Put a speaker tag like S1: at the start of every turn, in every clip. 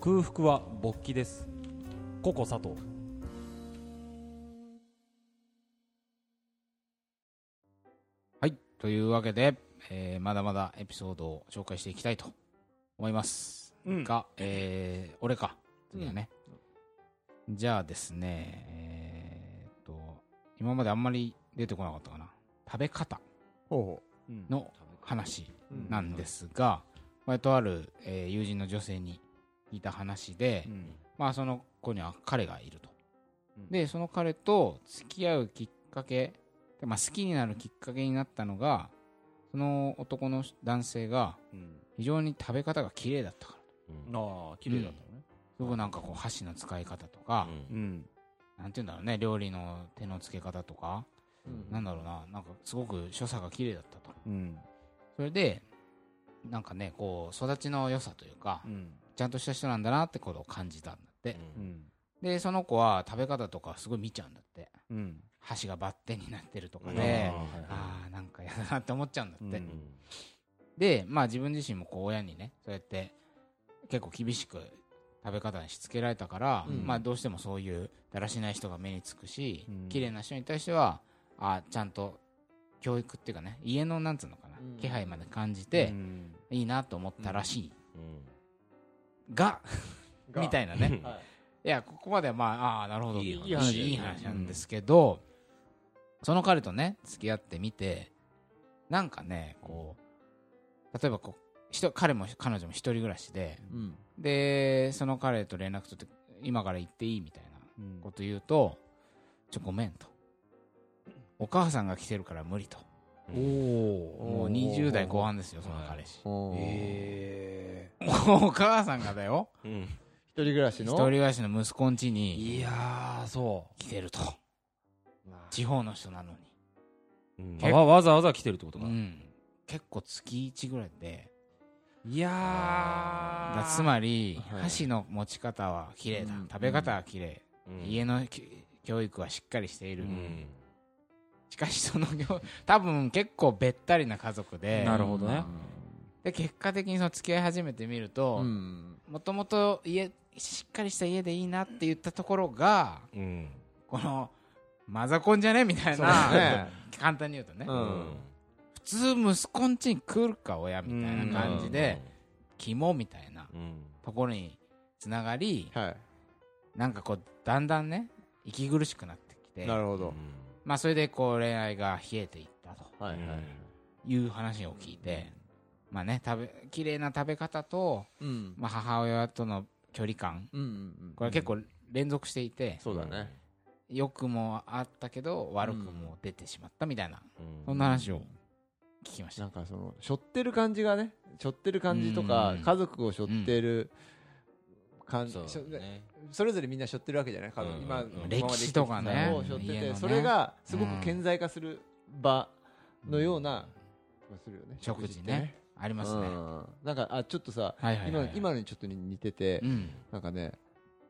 S1: 空腹は勃起ですココ佐藤
S2: はい。というわけで、えーまだまだエピソードを紹介していきたいと思います。
S1: うん
S2: が、えー俺か。次はね。じゃあですね、えーっと、今まであんまり出てこなかったかな。食べ方
S3: ほうほ
S2: の話なんですが、割とある、えー友人の女性に聞いた話で、まあその子には彼がいると。
S3: うん
S2: で、その彼と付き合うきっかけ、まあ好きになるきっかけになったのが、その男の男性が非常に食べ方が綺麗だったから。
S1: ああ綺
S2: 麗だったすごくなんかこう箸の使い方とか、
S3: うん
S2: なんて言うんだろうね、料理の手の付け方とか、
S3: うん
S2: なんだろうな、なんかすごく所作が綺麗だったと。
S3: うん
S2: それで、なんかね、こう育ちの良さというか、
S3: うん
S2: ちゃんとした人なんだなってことを感じたんだって。
S3: うん
S2: で、その子は食べ方とかすごい見ちゃうんだって。
S3: うん
S2: 箸がバッテンになってるとか
S3: うん
S2: で、
S3: あ
S2: ああ、なんか嫌だなって思っちゃうんだって。
S3: うん
S2: で、まあ自分自身もこう親にね、そうやって結構厳しく食べ方にしつけられたから、
S3: うん
S2: まあどうしてもそういうだらしない人が目につくし、
S3: うん
S2: 綺麗な人に対しては、ああ、ちゃんと教育っていうかね、家のなんつうのかな、
S4: うん
S2: 気配まで感じ
S3: う
S2: て、
S3: ん
S2: いいなと思ったらしい。が、みたいなね。
S4: はい
S2: いや、ここまではまあ、ああ、なるほど。
S4: いい
S2: いい
S4: 話
S2: いい話なんですけど、その彼とね、付き合ってみて、なんかね、こう、例えばこう、人彼も彼女も一人暮らしで、
S4: うん
S2: で、その彼と連絡取って、今から行っていいみたいな
S3: うん
S2: こと言うと、ちょ、ごめんと。お母さんが来てるから無理と。
S1: おお
S2: もう20代後半ですよ、その彼氏。
S3: ええ
S2: お母さんがだよ、
S4: 一人暮らし
S2: 一
S4: の
S2: 人暮らしの息子ん家に
S1: いやーそ
S2: 来てると。地方の人なのに。
S1: う
S2: え
S1: わわざわざ来てるってこと
S2: う
S1: か、
S2: ん、結構月1ぐらいで
S1: いや
S2: だ
S1: ー
S2: つまり
S1: はい
S2: 箸の持ち方は綺麗だ、
S4: うん
S2: 食べ方は綺麗、家のき教育はしっかりしている、しかしその業 多分結構べったりな家族で
S1: なるほどね
S2: で結果的にその付き合い始めてみると
S4: うん
S2: もともと家しっかりした家でいいなって言ったところがこのマザコンじゃねみたい
S4: そうだ
S2: な、
S4: ね
S2: 簡単に言うとね、
S4: うん
S2: 普通息子ん家に来るか親みたいな感じで、肝みたいなところにつながり、
S3: は
S2: なんかこうだんだんね息苦しくなってき
S3: い
S2: て
S3: なるほど
S2: まあ、それでこう恋愛が冷えていったと
S4: はいはい
S2: いう話を聞いて、まあね食べ綺麗な食べ方と、
S4: うん
S2: まあ、母親との距離感
S4: うんうん
S2: これは結構連続していて
S4: そうだね
S2: 良、くもあったけど悪くも出てしまったみたいな、そんな話を聞きました
S4: な。んかそのしょってる感じがねしょってる感じとか
S2: うん
S4: 家族をしょってる感じ
S3: そう
S4: しょそれぞれみんなしょってるわけじゃない家族
S3: うん
S4: 今
S3: うん
S4: 今まで
S2: 歴史とかね
S4: 生きてきたのをしょって
S2: 家の
S4: て
S2: ね
S4: それがすごく顕在化する場のような気がするよね
S2: 食事ねあり
S4: 食
S2: ま
S4: 事
S2: す
S4: って
S2: ね、
S4: ねうんなんかあちょっとさ
S2: はいはいはい
S4: 今
S2: はい
S4: 今のにちょっと似てて
S2: うん
S4: なんかね、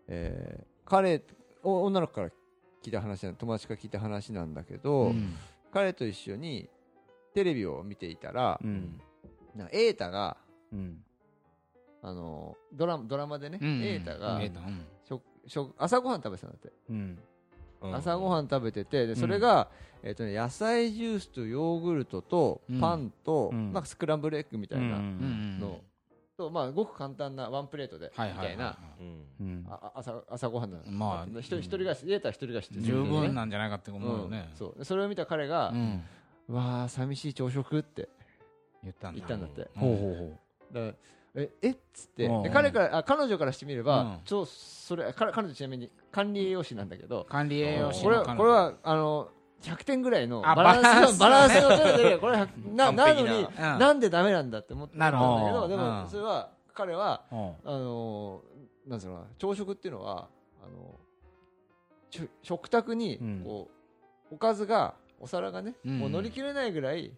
S4: えー彼お女の子から聞いた話なん友達から聞いた話なんだけ
S2: う
S4: ど、
S2: ん
S4: 彼と一緒にテレビを見ていたら、
S3: うん
S4: なんか瑛太が、
S3: うん
S4: あのドラドラマでね
S2: うん
S4: 瑛太、が
S2: エータうん
S4: 食食朝ごはん食べてたんだって、
S3: うん
S4: 朝ごはん食べててでそれが、えーとね、野菜ジュースとヨーグルトと
S2: うん
S4: パンと、
S3: うん
S4: なんかスクランブルエッグみたいな
S2: うんうん
S4: のと、まあ、ごく簡単なワンプレートで、
S2: はいはい
S4: み
S2: はい
S4: たいな
S3: うん
S4: ああ朝朝ごはんなの、
S2: まあ
S4: 一人一人暮らし瑛太は一人暮らしって
S2: 十分なんじゃないかって思うよね、
S4: そうでそれを見た彼が
S2: うん
S4: 「わあ寂しい朝食」って
S2: 言ったんだ
S4: 言ったんだって
S2: うん
S3: ほうほう
S4: だからええっつって
S3: うん
S4: で彼からあ彼女からしてみれば、
S2: うん
S4: ちょそれ彼彼女ちなみに管理栄養士なんだけど
S2: 管理栄養士
S4: これ
S2: の
S4: は
S2: 彼女
S4: これはあの100点ぐらいの
S2: あ
S4: バランス
S2: バ
S4: のバ
S2: ラ
S4: ラ
S2: ン
S4: ン
S2: ス
S4: ス
S2: ね
S4: の取れてるこれ100な
S3: 完
S4: な
S3: 璧
S4: の
S3: な
S4: に、
S2: うん
S4: なんでダメなんだって思ってたん
S2: なる
S4: だけ
S2: ほ
S4: ど
S2: ど
S4: で
S2: う
S4: も
S2: ん
S4: それは彼は
S2: うん
S4: あのーなんつうのかな朝食っていうのはあのちょ食卓に
S3: うん
S4: こう、おかずがお皿がね、
S2: うん
S4: もう乗り切れないぐらい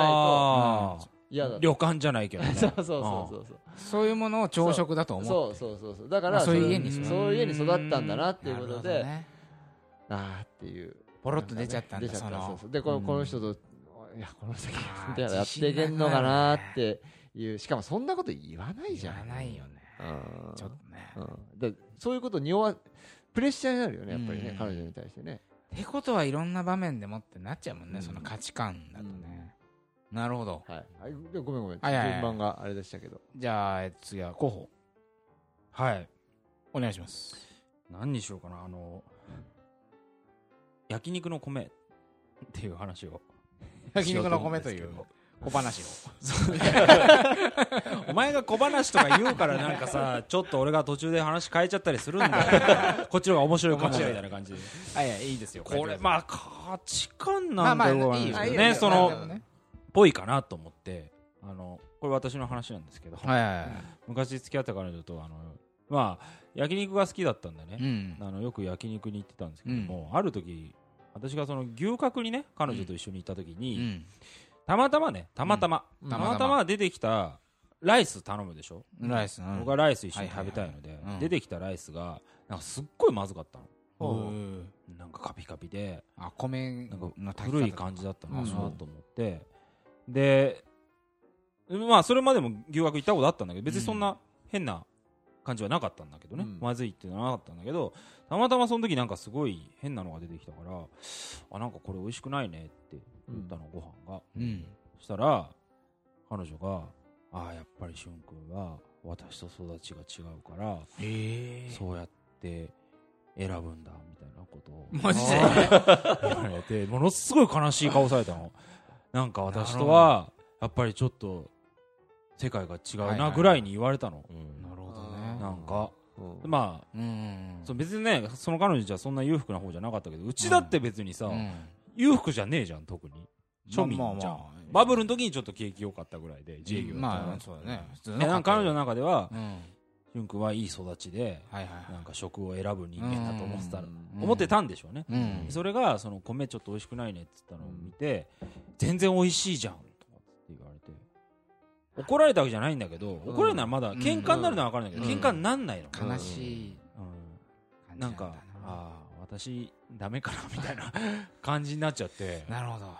S1: ああ
S4: 嫌だと
S1: 旅館じゃないけどね
S4: そうそうそうそう
S2: そういうものを朝食だと思う
S4: そうそうそうそうだか
S2: ま
S4: ら
S2: あそういう
S4: れ
S2: 家に育
S4: そういう家に育ったんだなっていうこと
S2: な
S4: で、
S2: るほどね
S4: ああっていう
S2: ポロッと出ちゃったんだ
S4: 出ちゃ
S2: そ
S4: ったそ
S2: の
S4: うそうでこ
S2: うん
S4: のこの人といやこの先
S2: あー
S4: みたいなのやっていけんのかなっていうしかもそんなこと言わないじ
S2: じ
S4: ゃ
S2: ゃ
S4: ん
S2: ないよね
S4: うん
S2: ちょっとね
S5: うんだそういうことに弱プレッシャーになるよねやっぱりね、
S2: うん
S5: 彼女に対してね
S2: ってことはいろんな場面でもってなっちゃうもんね、
S5: うん
S2: その価値観だとね、なるほど
S5: はい、はい、でごめんごめん
S2: はいはいはい
S5: 順番があれでしたけど
S2: じゃあ次は候補
S1: はい。
S2: お願いします
S1: 何にしようかな、あの、焼肉の米っていう話を。
S2: 焼肉の米という小話を
S1: お前が小話とか言うからなんかさ、ちょっと俺が途中で話変えちゃったりするんだ よ。こっちの方が面白いかもしれないみたいな感じで。
S2: はいやいいですよ
S1: これ、
S2: あ
S1: まあ価値観
S2: ま
S1: な
S2: あ
S1: ん
S2: まあ
S1: だ
S2: いい
S1: ろうなん
S2: で
S1: ですす
S2: よ
S1: け
S2: い
S1: ど
S2: いで
S1: ね、
S2: す
S1: そ
S2: よまあでも
S1: の、
S2: ね
S1: ぽいかなと思って、あの、これ私の話なんですけど、
S2: はいはいはい
S1: 昔付き合った彼女と、あの、まあ、焼肉が好きだったんだね。
S2: うん
S1: あのよく焼肉に行ってたんですけども、ある時私がその牛角にね彼女と一緒に行った時
S2: う
S1: に、
S2: ん
S1: たまたまねたまたま、
S2: うん
S1: た
S2: たま
S1: ま
S2: た
S1: た
S2: ま
S1: ま出てきたライス頼むでしょ、
S2: ライスうん
S1: 僕はライス一緒に食べたいので、
S2: いはいはいうん
S1: 出てきたライスがなんかすっごいまずかったの
S2: う
S5: うん
S2: ん
S1: なんかカピカピで
S2: あ米
S1: なんか
S2: の炊き方
S1: 古い感じだったな
S2: うん
S1: と思って、でまあそれまでも牛角行ったことあったんだけど別にそんな変な感じはなかったんだけどね、
S5: うん
S1: まずいっていうのはなかったんだけどたまたまその時なんかすごい変なのが出てきたからあなんかこれ美味しくないねって言ったの、ご飯が
S2: うん
S1: そしたら彼女が「ああやっぱりしゅんくんは私と育ちが違うから
S2: え
S1: そうやって選ぶんだ」みたいなことを
S2: マジで
S1: 言われてものすごい悲しい顔されたのなんか私とはやっぱりちょっと世界が違
S2: は
S1: う
S2: いはい
S1: なぐらいに言われたの、
S6: うん
S2: なるほど
S1: な
S2: ね
S1: んか、
S5: うん
S1: まあ
S2: うんうんうん
S1: そう別にねその彼女じゃそんな裕福な方じゃなかったけどうちだって別にさ、
S2: うん
S1: 裕福じゃねえじゃん特に庶民じゃん、
S2: まあまあまあ
S1: バブルの時にちょっと景気良かったぐらいで自営業だったから
S2: まあそうだね普通の
S1: でなんか彼女の中では
S2: うん
S1: ジュン君はいい育ちで
S2: はいはいはい
S1: なんか職を選ぶ人間だと思ってたら
S5: うん
S1: 思ってたんでしょうね
S2: うん
S1: それがその米ちょっと美味しくないねって言ったのを見て、全然美味しいじゃんとかって言われて怒られたわけじゃないんだけど、
S5: うん
S1: 怒られるならまだ
S2: うん
S1: 喧嘩になるのは分かるんだけど、
S5: うん
S1: 喧嘩になんないの、
S5: ん
S2: 悲しい
S1: うん
S2: 感じ
S1: なん
S2: だ
S1: かああ私ダメかなみたいな 感じになっちゃってって
S2: なるほど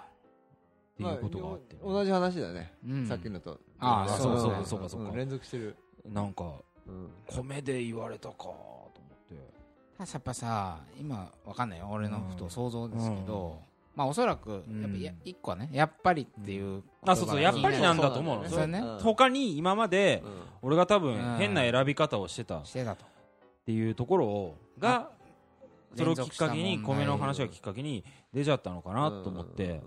S1: いうことがあって、
S5: まあ同じ話だね、
S2: うん
S5: さっきのと
S2: あ
S1: あ
S5: ん
S1: そうそうそうかそうか
S5: ん連続してる、
S1: なんか
S5: うん
S1: 米で言われたかと思って
S2: ただやっぱさ今わかんないよ俺の
S1: うん
S2: ふと想像ですけど、まあおそらく
S1: うん
S2: やっぱや一個はねやっぱりっていう、
S1: あそうそうやっぱりなんだと思うの
S2: そうだね
S5: ん
S1: 他に今まで
S5: うん
S1: 俺が多
S2: うん
S1: 分変な選び方をしてたっ
S2: してたと
S1: ていうところをがそれをきっかけに
S2: 連続した問題
S1: 米の話がきっかけに出ちゃったのかなと思って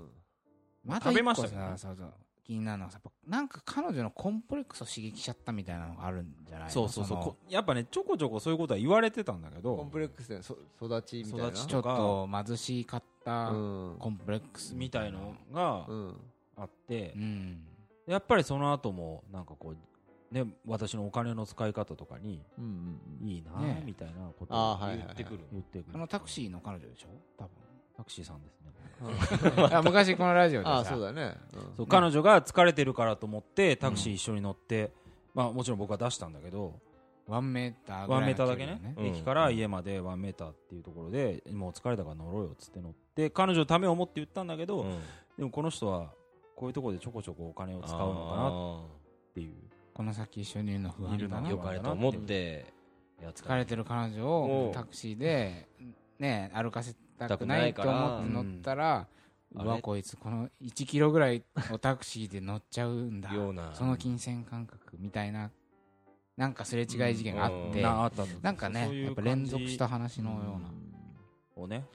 S2: また
S1: 食べました
S2: 一個
S1: けどね
S2: さそうそう気になるのはさやっぱなんか彼女のコンプレックスを刺激しちゃったみたいなのがあるんじゃないの
S1: そうそうそう
S2: の
S1: こやっぱねちょこちょこそういうことは言われてたんだけ
S5: コ
S1: ど
S5: ンプレックスでそ育ちみたいな
S1: 育ち
S2: ちょっと貧しかった
S5: うん
S2: コンプレックス
S1: み
S2: みた
S1: た
S2: い
S1: い
S2: な
S1: のが
S5: うん
S1: あって
S2: うん
S1: やっぱりその後もなんかこうね私のお金の使い方とかに
S5: うんうん
S1: いいな
S2: ね
S1: みたいなこと
S5: あ
S1: を
S5: ーはいはい
S1: 言
S5: はい
S1: ってくる言ってくる
S2: あのタクシーの彼女でしょ多
S1: タクシーさんですね
S2: 分 いや昔このラジオで
S5: あ
S2: さ
S5: あそうだねうん
S1: そう彼女が疲れてるからと思ってタクシー一緒に乗って、まあ、もちろん僕は出したんだけど、
S2: ワンメーターぐ
S1: ワン
S2: ら
S1: メ
S2: い
S1: ー
S2: の
S1: ターだ
S2: 距
S1: け
S2: 離
S1: ね
S2: の、
S6: うん
S1: 駅から家までワンメーターっていうところでもう疲れたから乗ろうよっつって乗って彼女のためを思って言ったんだけど、でもこの人はこういうところでちょこちょこお金を使うのかなっていう
S2: この先一緒にいるの不
S1: い
S2: 安
S1: る
S2: だ
S1: の
S2: な
S1: よ
S6: よかれと思ってやつ
S2: 疲れてる彼女を
S6: おう
S2: タクシーでね歩かせた
S6: た
S2: く
S6: く
S2: な
S6: ないい
S2: と
S6: から
S2: 思って乗ったら、う
S6: うんあ
S2: わ
S6: れ
S2: こいつこの1キロぐらいをタクシーで乗っちゃうんだ
S6: ような
S2: その金銭感覚みたいななんかすれ違い事件があって、
S6: うん
S1: なあったん
S2: なんかね
S1: そういう
S2: やっぱ
S1: 感
S2: 連
S1: じ
S2: 続した話のよ
S1: をね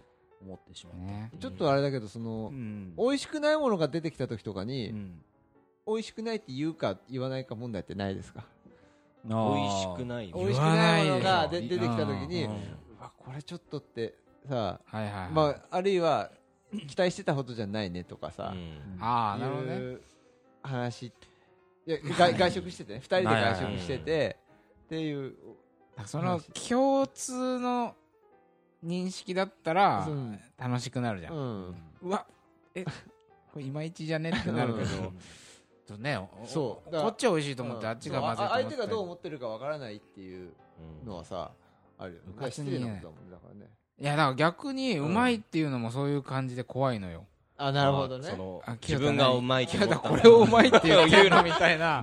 S1: 思ってしま
S2: う
S1: っ
S2: なね
S1: た
S5: ちょっとあれだけどその
S1: うん
S5: 美味しくないものが出てきた時とか
S1: う
S5: に
S1: ん
S5: 美味しくないって言うか言わないか問題ってないですか
S1: あ
S6: 美
S1: ー
S6: 味しくない
S5: 美
S2: おい
S5: 味しくないものが
S2: 言わないで
S5: で
S2: しょ
S5: 出てきた時に
S1: う
S5: うんわこれちょっとってさ
S2: はいはい、はい
S5: まああるいは期待してたことじゃないねとかさ
S6: うん
S2: ああなるほどね
S5: いう話いや外外食しててね二人で外食しててっていう
S2: その共通の認識だったら
S5: うん
S2: 楽しくなるじゃん、
S5: うん
S2: うわえ これいまいちじゃねってなる
S5: う
S2: けど
S5: ん
S2: ちょっとねお
S5: そうだ
S2: お
S5: から
S2: こっちは美味しいと思ってあっちがまずいと思って
S5: 相手がどう思ってるかわからないっていうのはさあるよ
S2: うか
S5: ね
S2: つに
S5: 失礼なことだもんねだからね
S2: いやだから逆に
S6: う
S2: うんまいっていうのもそういう感じで怖いのよ
S4: あなるほどね
S6: その
S2: あ
S6: 自分がうまいと
S2: キ
S6: 思
S2: ャ
S6: った
S2: ダ
S6: の
S2: これをうまいって言うのみたいな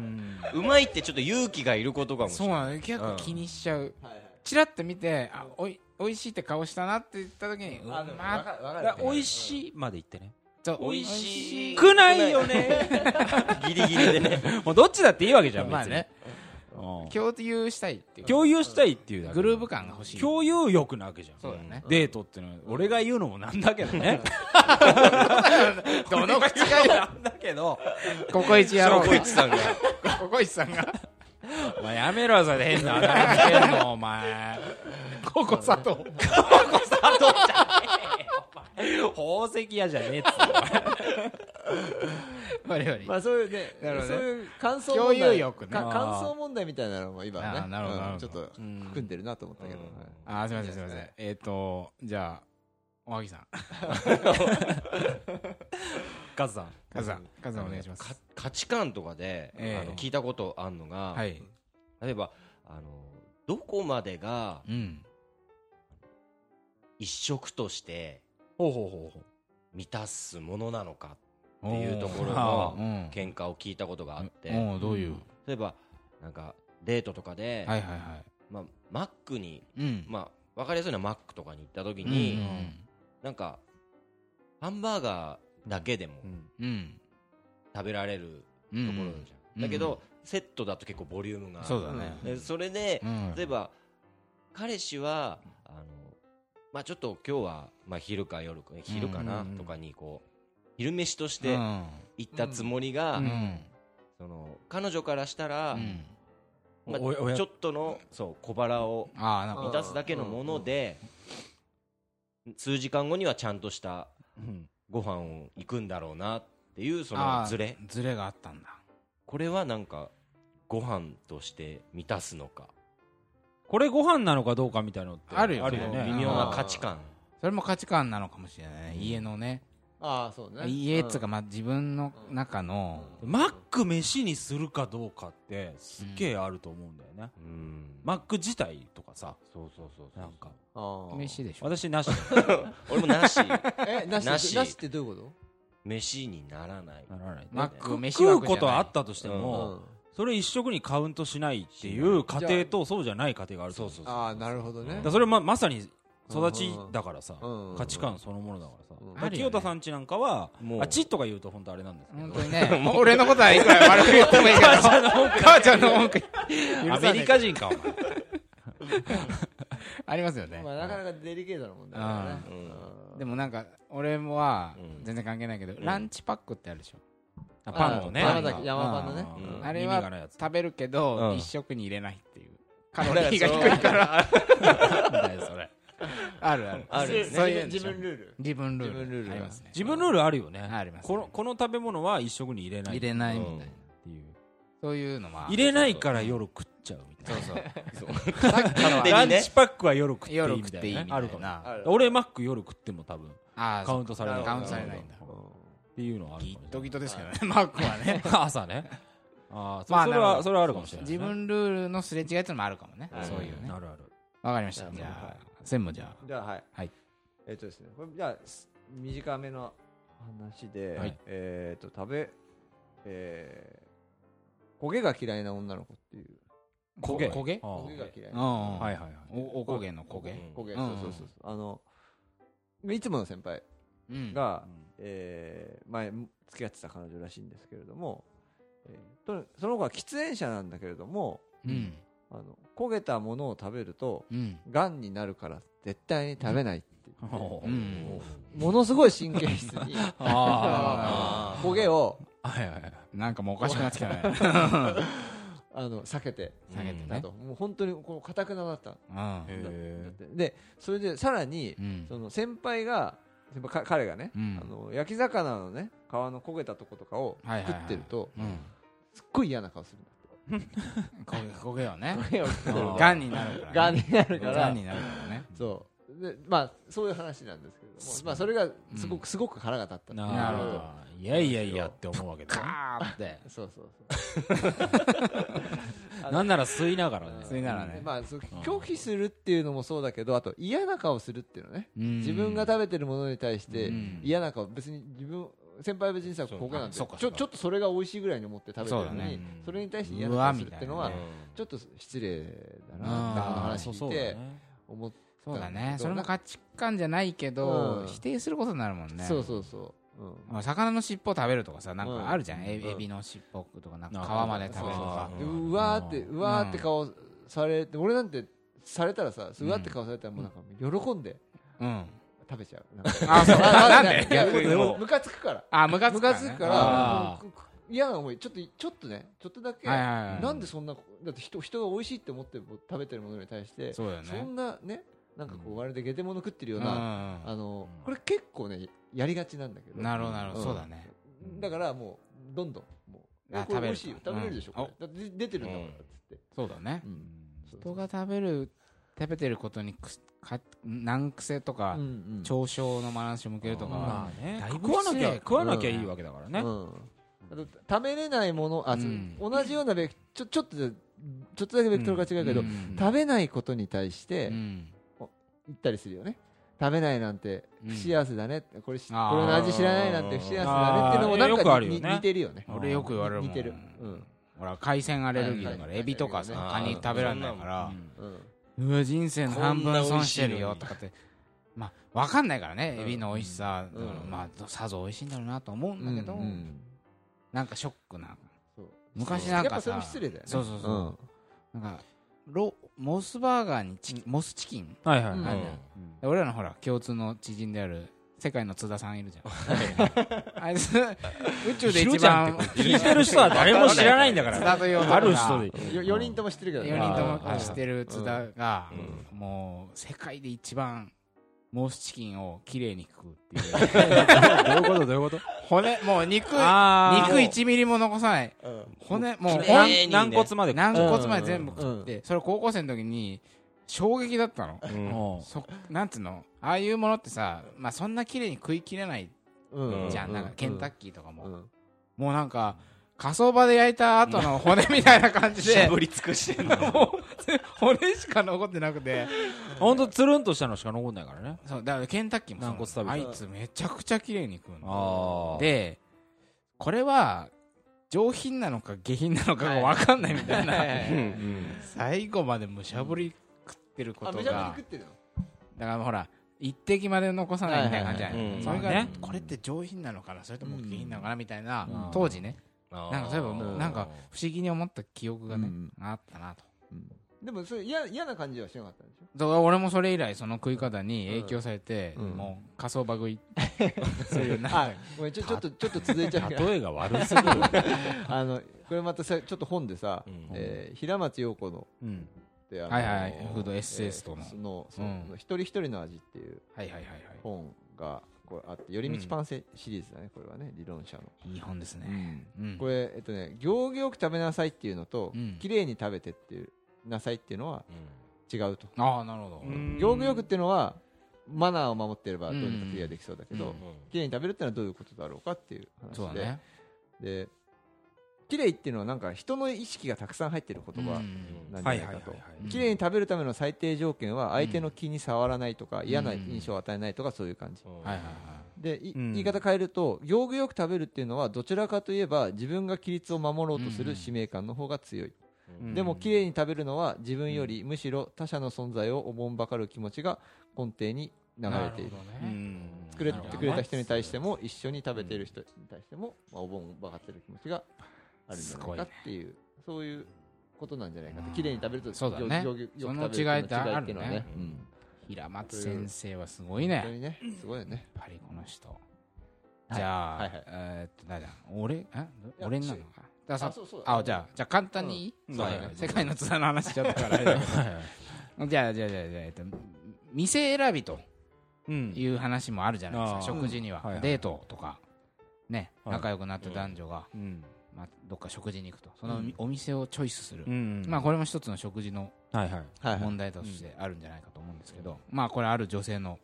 S6: うまいってちょっと勇気がいることかもし
S2: そう
S6: れない
S2: なの結構気にしちゃう
S4: はいはい
S2: チラッと見てあおいおいしいって顔したなって言った時にう
S4: あでも
S2: まっ
S4: わかわ
S1: だ
S4: か
S1: から美味しいまで言ってね。
S2: そう
S6: 美味
S2: 美味
S6: し
S2: く
S6: く
S1: な
S6: ないい
S1: よ
S6: よねギリギリ でね
S1: もうどっちだっていいわけじゃん、
S2: まあね
S1: 別に。うん
S2: 共有したいっていう
S1: 共有したいっていうだけ
S2: グルーヴ感が欲しい
S1: 共有欲なわけじゃん。
S2: そうだね
S1: デートっていうのは、俺が言うのもなんだけどね。
S2: どの口が
S1: なんだけど、
S2: ココイチやろう
S6: コイチさんが
S2: ココイチさんが
S1: お前やめろよ、それ変な話してんの、お前。
S2: ココ佐藤
S1: 宝石屋じゃねえっつうの
S2: 我々
S4: まあそういうね
S2: なるほど
S4: そ
S2: ね
S4: ういう感想
S2: 共
S4: 問題
S2: 有欲ね
S4: か
S1: あー
S4: 感想問題みたいなのも今
S2: あー
S4: ね
S2: なるほどなる
S4: う
S2: ほ
S4: んちょ
S2: ど
S4: っと含んでるなと思ったけど
S6: うん
S4: はい
S2: あーすみませんすみませんえっとじゃあおはぎさん
S1: カズさん。
S2: カズさんカズさんお願いします
S6: か価値観とかで、
S2: ええ
S6: あの聞いたことあんのが、
S2: はい
S6: 例えばあのどこまでが
S2: うん
S6: 一食として
S1: ほうほうほうほう。
S6: 満たすものなのか
S2: っ
S6: っていうところ
S1: お
S6: の
S2: うん
S6: 喧嘩を聞いたことがあって、
S2: おーどういう
S6: 例えばなんかデートとかで、
S2: はいはいは
S6: まあ、マックに、
S2: いうん
S6: まあ、分かりやすいのはマックとかに行った時
S2: うん
S6: に、なんかハンバーガーだけでも
S2: うん
S6: 食べられる
S2: う
S6: と
S2: ん
S6: ころじゃん、だけど、セットだと結構ボリュームが
S2: そうだね
S6: でそれで、
S2: うん
S6: 例えば彼氏はあの、まあ、ちょっと今日は、まあ、昼か夜か昼か
S1: うん
S6: な
S1: うんうん
S6: とかにこう昼飯として
S2: うん
S6: 行ったつもりが、
S2: うん
S6: その彼女からしたら、
S2: うん
S6: まあ
S1: おおや
S6: ちょっとのそう小腹を
S2: ああなん
S4: う
S2: か
S6: 満たすだけのもので、数時間後にはちゃんとした
S1: うん
S6: ご飯を行くんだろうなっていうそ
S2: あ
S6: の
S2: ー
S6: ズレ
S2: ズレがあったんだ
S6: これはなんかご飯として満たすのか
S1: これご飯なのかどうかみたいなのって。
S2: あるよね
S1: ね。
S6: 微妙な価値観
S2: それも価値観なのかもしれないね
S1: うん
S2: 家のね
S4: ああそうね
S2: 家っつうか
S4: うん
S2: まあ自分の中の
S1: マック飯にするかどうかってすっげえあると思うんだよね、
S6: うん
S1: マック自体とかさ
S6: そうそうそうそう
S1: なんか
S4: あー
S2: 飯でしょ
S1: 私なし
S6: 俺もなし
S4: えなし
S6: なし
S4: なしってどういうこ
S6: 飯にならない
S1: なら ない
S2: マック飯
S1: 食う
S2: 枠じゃない
S1: ことはあったとして
S4: と
S1: も、
S4: うん
S1: それ一食にカウントしないっていう家庭とそうじゃない家庭があると思う
S6: そうそう
S4: ああなるほどね
S1: だからそれままさに育ちだからさ、
S4: うん
S1: 価値観そのものだからさ、
S4: うん
S1: だから清田さんちなんかは
S6: もう
S1: あちっとか言うと本当あれなん ですけ
S2: 本
S1: ど
S2: 当にねもう俺のことはいくら悪く言ってもいいから 母ちゃんの文句
S1: アメリカ人かお前
S2: ありますよね
S4: まあなかなかデリケートな問題だね
S6: うん
S2: でもなんか俺もは
S6: うん
S2: 全然関係ないけどランチパックってあるでしょ
S1: あパンとね
S4: 山
S2: パン
S4: 崎
S2: が
S4: 山パンのね
S1: うん
S6: うん
S2: あれ
S1: 意味が
S2: は
S1: ないやつ
S2: 食べるけ
S6: う
S2: ど
S6: ん
S2: 一食に入れないっていうカロリーが低い から
S1: なんだよそれ
S2: あるある
S6: あるよね
S2: そういうので
S4: 自
S2: しょ
S4: 分ルール
S2: 自分ルール
S4: 自分ルールが
S2: ありますね
S1: 自分ルールあるよね
S2: ありますね
S1: このこの食べ物は一食に入れない
S2: 入れないみたいな
S6: うん
S1: っていう
S2: そういうのもある
S1: 入れないから夜食っちゃうみたいな
S2: さっきのは
S6: 手にね
S1: ランチパックは夜食っていい
S2: 夜
S1: み
S2: 食ったてい
S1: い
S2: い
S1: な
S2: みた
S1: ね
S2: いな
S1: あるかも
S4: ある
S1: 俺マック夜食っても多分
S2: あー
S1: カウントされない
S2: カウントされないんだ
S1: っていうのはある
S2: ギ
S1: かもし
S2: ット
S1: れな
S2: ギ
S1: い
S2: トですけどねマックはね
S1: 朝ねああ そ
S2: まあ
S1: そ
S2: な
S1: れ
S2: るほ
S1: は
S2: ど
S1: それはあるかもしれないね
S2: 自分ルールのすれ違いっていうのもあるかもね
S6: うん
S2: そういうね
S1: あるある
S2: わかりました
S4: うん
S2: じゃあ専務じゃ
S4: じゃあはい、
S2: はい
S4: えっ、とですねこれじゃあす短めの話で、
S1: はい
S4: えっ、と食べえー、焦げが嫌いな女の子っていう
S2: あ
S1: 焦げ
S2: 焦げ
S1: ああ
S4: 焦げが嫌い
S2: うん
S4: な
S2: う
S1: はい
S2: ん
S1: はいはい
S2: おおこげの焦げ
S4: 焦げ、
S2: うんうん
S4: そうそうそうそうあのいつもの先輩
S2: うん
S4: が、えー前付き合ってた彼女らしいんですけれども、えーとその子は喫煙者なんだけれども
S2: うん
S4: あの焦げたものを食べると
S2: うん
S4: がんになるから絶対に食べないって言って
S1: お
S2: う
S1: うん
S4: ものすごい神経質に
S1: あ
S4: 焦げを
S1: あ はいはいはい
S2: なんかもうおかしくなってきたね
S4: あの避けて
S2: 下げて
S4: た
S2: ね
S4: と、もう本当にこの固くなだったんだ
S2: うん
S4: だ
S1: へ
S4: ってでそれでさらに
S2: うん
S4: その先輩が先輩か彼がね、
S2: うん
S4: あの焼き魚のね皮の焦げたとことかを
S2: はいはい
S4: 食
S2: はい
S4: ってると
S2: うん
S4: すっごい嫌な顔するんだ
S2: 焦げ焦げをね
S4: って
S2: がんになるから
S4: がんになるか
S2: が
S4: ら
S2: んになるからね
S4: そうでまあそういう話なんですけれども、まあ、それがすごく、すごく腹が立ったっていう
S1: なるほど。いやいやいやって思うわけだね。
S2: カーって
S4: そうそうそう
S1: なんなら吸いながらね。
S2: 吸いながらね
S4: まあ、そう拒否するっていうのもそうだけどあと嫌な顔するっていうのね、
S2: 自
S4: 自分が食べてるものに対して
S2: うん
S4: 嫌な顔別に自分先輩は別にさここなんでち
S1: そ
S4: ょ
S1: うか
S4: ちょっとそれが美味しいぐらいに思って食べてるの
S2: そう
S4: に
S2: だ
S4: そ,、
S2: ね
S4: れに対して嫌な顔するっていうのは
S2: う
S4: ちょっと失礼だ
S2: あ
S4: な
S2: ー
S4: ってあの話
S1: そう
S4: 聞
S1: そ
S4: いう
S1: だ
S4: て
S1: ね。
S4: 思って
S2: そうだ
S4: だけ
S2: ね
S4: ど
S2: それも価値観じゃないけど、
S4: うん
S2: 否定することになるもんね
S4: そうそうそう、うん
S2: まあ魚の尻尾食べるとかさなん
S4: うん
S2: かあるじゃん、え
S4: うん
S2: エビの尻尾とかなんか
S1: なんか
S2: 皮まで食べるとか
S1: そう
S4: で
S1: そう
S4: うわーって
S1: う
S4: うわーって顔されて俺なんてされたらさ
S2: うん
S4: うわーって顔されたらもうなんか喜んで
S2: うん
S4: 食べちゃうなんか
S2: あそう
S4: あ
S2: なん
S4: な
S2: で
S4: いや
S6: 逆にもう
S4: ムカつくから
S2: あムカつ
S4: ム
S2: くから,、
S4: カつ
S2: ね、
S4: くか
S1: あ
S4: ら
S1: ー
S4: もうくく嫌な思いちょっとちょっとねちょっとだけ
S2: はいはいはい
S4: なんでそんなだって人人が美味しいって思って食べてるものに対して
S2: そうだよね
S4: そんなねなんかこ
S1: うん
S4: うまるでゲテモノ食ってるよ
S2: う
S4: うんなあの
S1: うん
S4: これ結構ねやりがちなんだけど
S2: なるほどなるほど、
S4: うん
S2: そうだね
S4: だからもうどんどんもう
S2: あ
S4: えこ
S2: 食べ
S4: れ
S2: る
S4: 美味しいよ食べれるでしょ
S2: うん
S4: これだって出てるんだからっつって
S2: そうだね
S4: うんそうそ
S2: 人
S4: う
S2: が食べる食べてることにくすか難癖とか、
S4: うんうん
S2: 嘲笑の話を向けるとかは、
S1: まあね
S2: だ。いぶ
S1: 食わなき
S2: 失
S1: ゃ、
S2: 礼
S1: 食わなきゃいいわけだからね
S4: う。んあと食べれないものあ、そ
S2: う
S4: う
S2: ん
S4: 同じようなベクちょちょっとちょっとだけベクトルが違うけど、
S2: ん
S4: 食べないことに対して
S2: うん
S4: 言ったりするよね食べないなんて
S2: うん
S4: 不幸せだね、これしこ
S2: あー
S4: れの味知らないなんて不幸せだねっていうのも
S1: あー
S4: なん
S1: よくあ
S4: か
S1: る
S4: に
S1: よね
S4: に似てるよね
S2: 俺よく言われるもん
S4: 似てる、うん
S2: ほら海鮮アレルギーだから、
S4: はいはい
S2: エビとかさ、
S4: はい
S2: カニ食べられないから、
S4: うん
S2: うわ人生の半分損してるよとかってまあ分かんないからね、
S4: うん
S2: エビの美味しさ、
S4: うん
S2: まあさぞ美味しいんだろうなと思うんだけど、
S4: うんうん
S2: なんかショックな
S4: そう
S2: 昔なん
S4: やっ
S2: か
S4: ぱそれ
S2: さ
S4: も失礼だよね
S2: そうそうそう、
S4: ん
S2: なんかロモスバーガーにチキンモスチキン
S1: はいはい
S4: うん
S1: はい。
S2: 俺らのほら共通の知人である世界の津田さんいるじゃんあいつ宇宙で一番
S1: 聞いてる人は誰も知らないんだか
S2: 津
S1: ら。
S2: 田という男が
S1: ある人で。
S4: よ4人とも知ってるけどね
S2: 4人とも
S4: あー
S2: 知ってる津田が、もう世界で一番モスチキンをきれいに食うっていう
S1: どういうことどういうこと
S2: 骨もう肉肉
S1: あー
S2: 1ミリも残さない
S4: うん
S2: 骨もう
S6: きれい
S2: ほん
S6: にね
S1: 軟軟骨まで。
S2: 軟骨まで全部食ってそれ高校生の時に衝撃だったの
S1: うん
S2: そなんつうのああいうものってさ、まあ、そんな綺麗に食い切れない
S4: うん
S2: じゃん,、
S4: う
S2: なんかケンタッキーとかも、
S4: うん
S2: もうなんか火葬場で焼いた後の骨みたいな感じ
S6: しゃ
S2: で
S6: ぶり尽くしてんの
S2: もう骨しか残ってなくて
S1: ほんとつるんとしたのしか残んないからね。
S2: そうだからケンタッキーもそ
S1: 軟
S2: う
S1: 骨食べた
S2: あいつめちゃくちゃ綺麗に食うの
S1: ああ。、
S2: でこれは上品なのか下品なのかが分かんないみたいな、最後までむしゃぶり食ってるこ
S4: あ
S2: と
S4: めちゃめちゃ
S2: が
S4: 食ってるの
S2: だからほら一滴まで残さないみたいな感じじゃない、
S6: はいはいはいうん
S2: それが、
S1: まあね
S2: これって上品なのかなそれとも
S4: うん
S2: 下品なのかなみたいな、
S1: うん
S2: 当時ね
S6: あー
S2: なんかそういえばもうなんか不思議に思った記憶がね、
S4: うん
S2: あったなと
S4: でもそれ嫌嫌な感じはしなかったんでしょ
S2: だから俺もそれ以来その食い方に影響されて、
S4: うん
S2: もう仮想場食いそういうな
S4: あごめんちょちょっとちょっと続いちゃうけど
S1: 例えが悪すぎ る。
S4: あのこれまたさちょっと本でさ、
S6: うん
S4: えー平松陽子の
S1: うん。
S4: ってあの
S2: はいはいフードエッセイストの
S4: そのそ
S2: うん
S4: の一人一人の味っていう
S2: はいはいはいは
S4: 本がこうあって寄り道パンセシリーズだねこれはね理論者の、
S2: いいい本ですね、うん
S4: これえっとね行儀よく食べなさいっていうのと、
S2: うん
S4: 綺麗に食べてっていうなさいっていうのは違うと
S2: ああなるほど、
S4: 行儀よくっていうのはマナーを守ってればどうにかクリアできそうだけど、
S2: うん
S4: 綺麗に食べるってのはどういうことだろうかっていう話で
S2: そうだね
S4: で綺麗っていうのはなんか人の意識がたくさん入ってる言葉、
S2: うん
S4: なんじゃ
S1: は
S4: ないい
S1: はいはい
S4: か
S1: はい
S4: と。
S2: うん
S4: 綺麗に食べるための最低条件は相手の気に触らないとか
S2: ん
S4: 嫌な印象を与えないとかそういう感じ
S2: はいはい
S4: でい
S1: うん
S4: 言い方変えると行儀よく食べるっていうのはどちらかといえば自分が規律を守ろうとす
S2: うん
S4: る使命感の方が強い
S1: うん
S4: でも綺麗に食べるのは自分よりむしろ他者の存在をおもんばかる気持ちが根底に流
S2: はい
S4: れている
S2: なほど
S1: う
S2: ね
S1: ん
S4: 作れてくれた人に対しても一緒に食べている人に対してもまあおぼんばかってる気持ちがあるんじゃないかっていうそういうことなんじゃないかって綺麗に食べると
S2: そうだね
S4: 行儀よく
S2: その
S4: 食べるって
S2: 違いって
S4: いうの
S2: あ
S4: 違いってい
S2: る
S4: うの
S2: ね
S4: はね
S6: うん
S2: 平松先生はすごいね
S4: 本当にね、すごいよね。
S2: やっぱりこの人、じゃあ、
S4: はいはい
S2: えーっと誰だ俺ん
S4: や
S2: 俺になるのかだからさ
S4: うそ
S2: あじゃあじゃあ簡単にいい、
S1: うん
S2: そうだ
S1: はい
S2: ね
S1: はい
S2: 世界の津田の話しちゃったからあれだけど じゃあじゃあじゃあじゃあ、えっと、店選びと
S1: うん。
S2: いう話もあるじゃないです
S1: あー
S2: か食事に
S1: う
S2: は、
S1: んはいはい
S2: デートとかね
S1: はい
S2: 仲良くなった男女が、
S1: うん
S2: まあ、どっか食事に行くとその
S1: うん
S2: お店をチョイスする、
S1: うん
S2: まあ、これも一つの食事の
S1: はいはい。
S4: はいはい
S2: 問題としてあるんじゃないかと思うんですけど、まあこれある女性の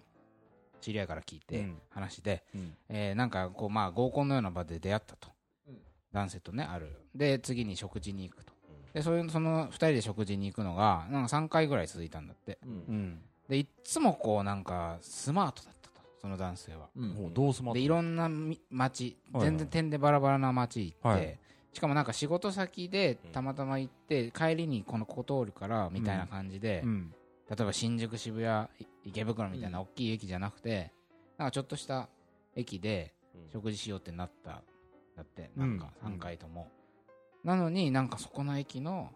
S2: 知り合いから聞いて
S1: うん
S2: 話で、
S1: うん
S2: えーなんかこうまあ合コンのような場で出会ったと、
S4: うん
S2: 男性とねあるで次に食事に行くと
S6: うん
S2: でそういうその2人で食事に行くのがなんか3回ぐらい続いたんだって
S1: うん。
S2: でいっつもこうなんかスマートだったとその男性は
S1: もうどうすまっ
S2: でいろんなみ町
S1: はいはい
S2: 全然点でバラバラな町行って、
S1: はい
S2: しかもなんか仕事先で
S6: うん
S2: たまたま行って帰りにこのここ通るからみたいな感じで、
S1: うん。
S2: 例えば新宿渋谷い池袋みたいな大きい駅じゃなくて、なんかちょっとした駅で食事しようってなっただって
S1: う
S2: なんんか3回とも、なのになんかそこの駅の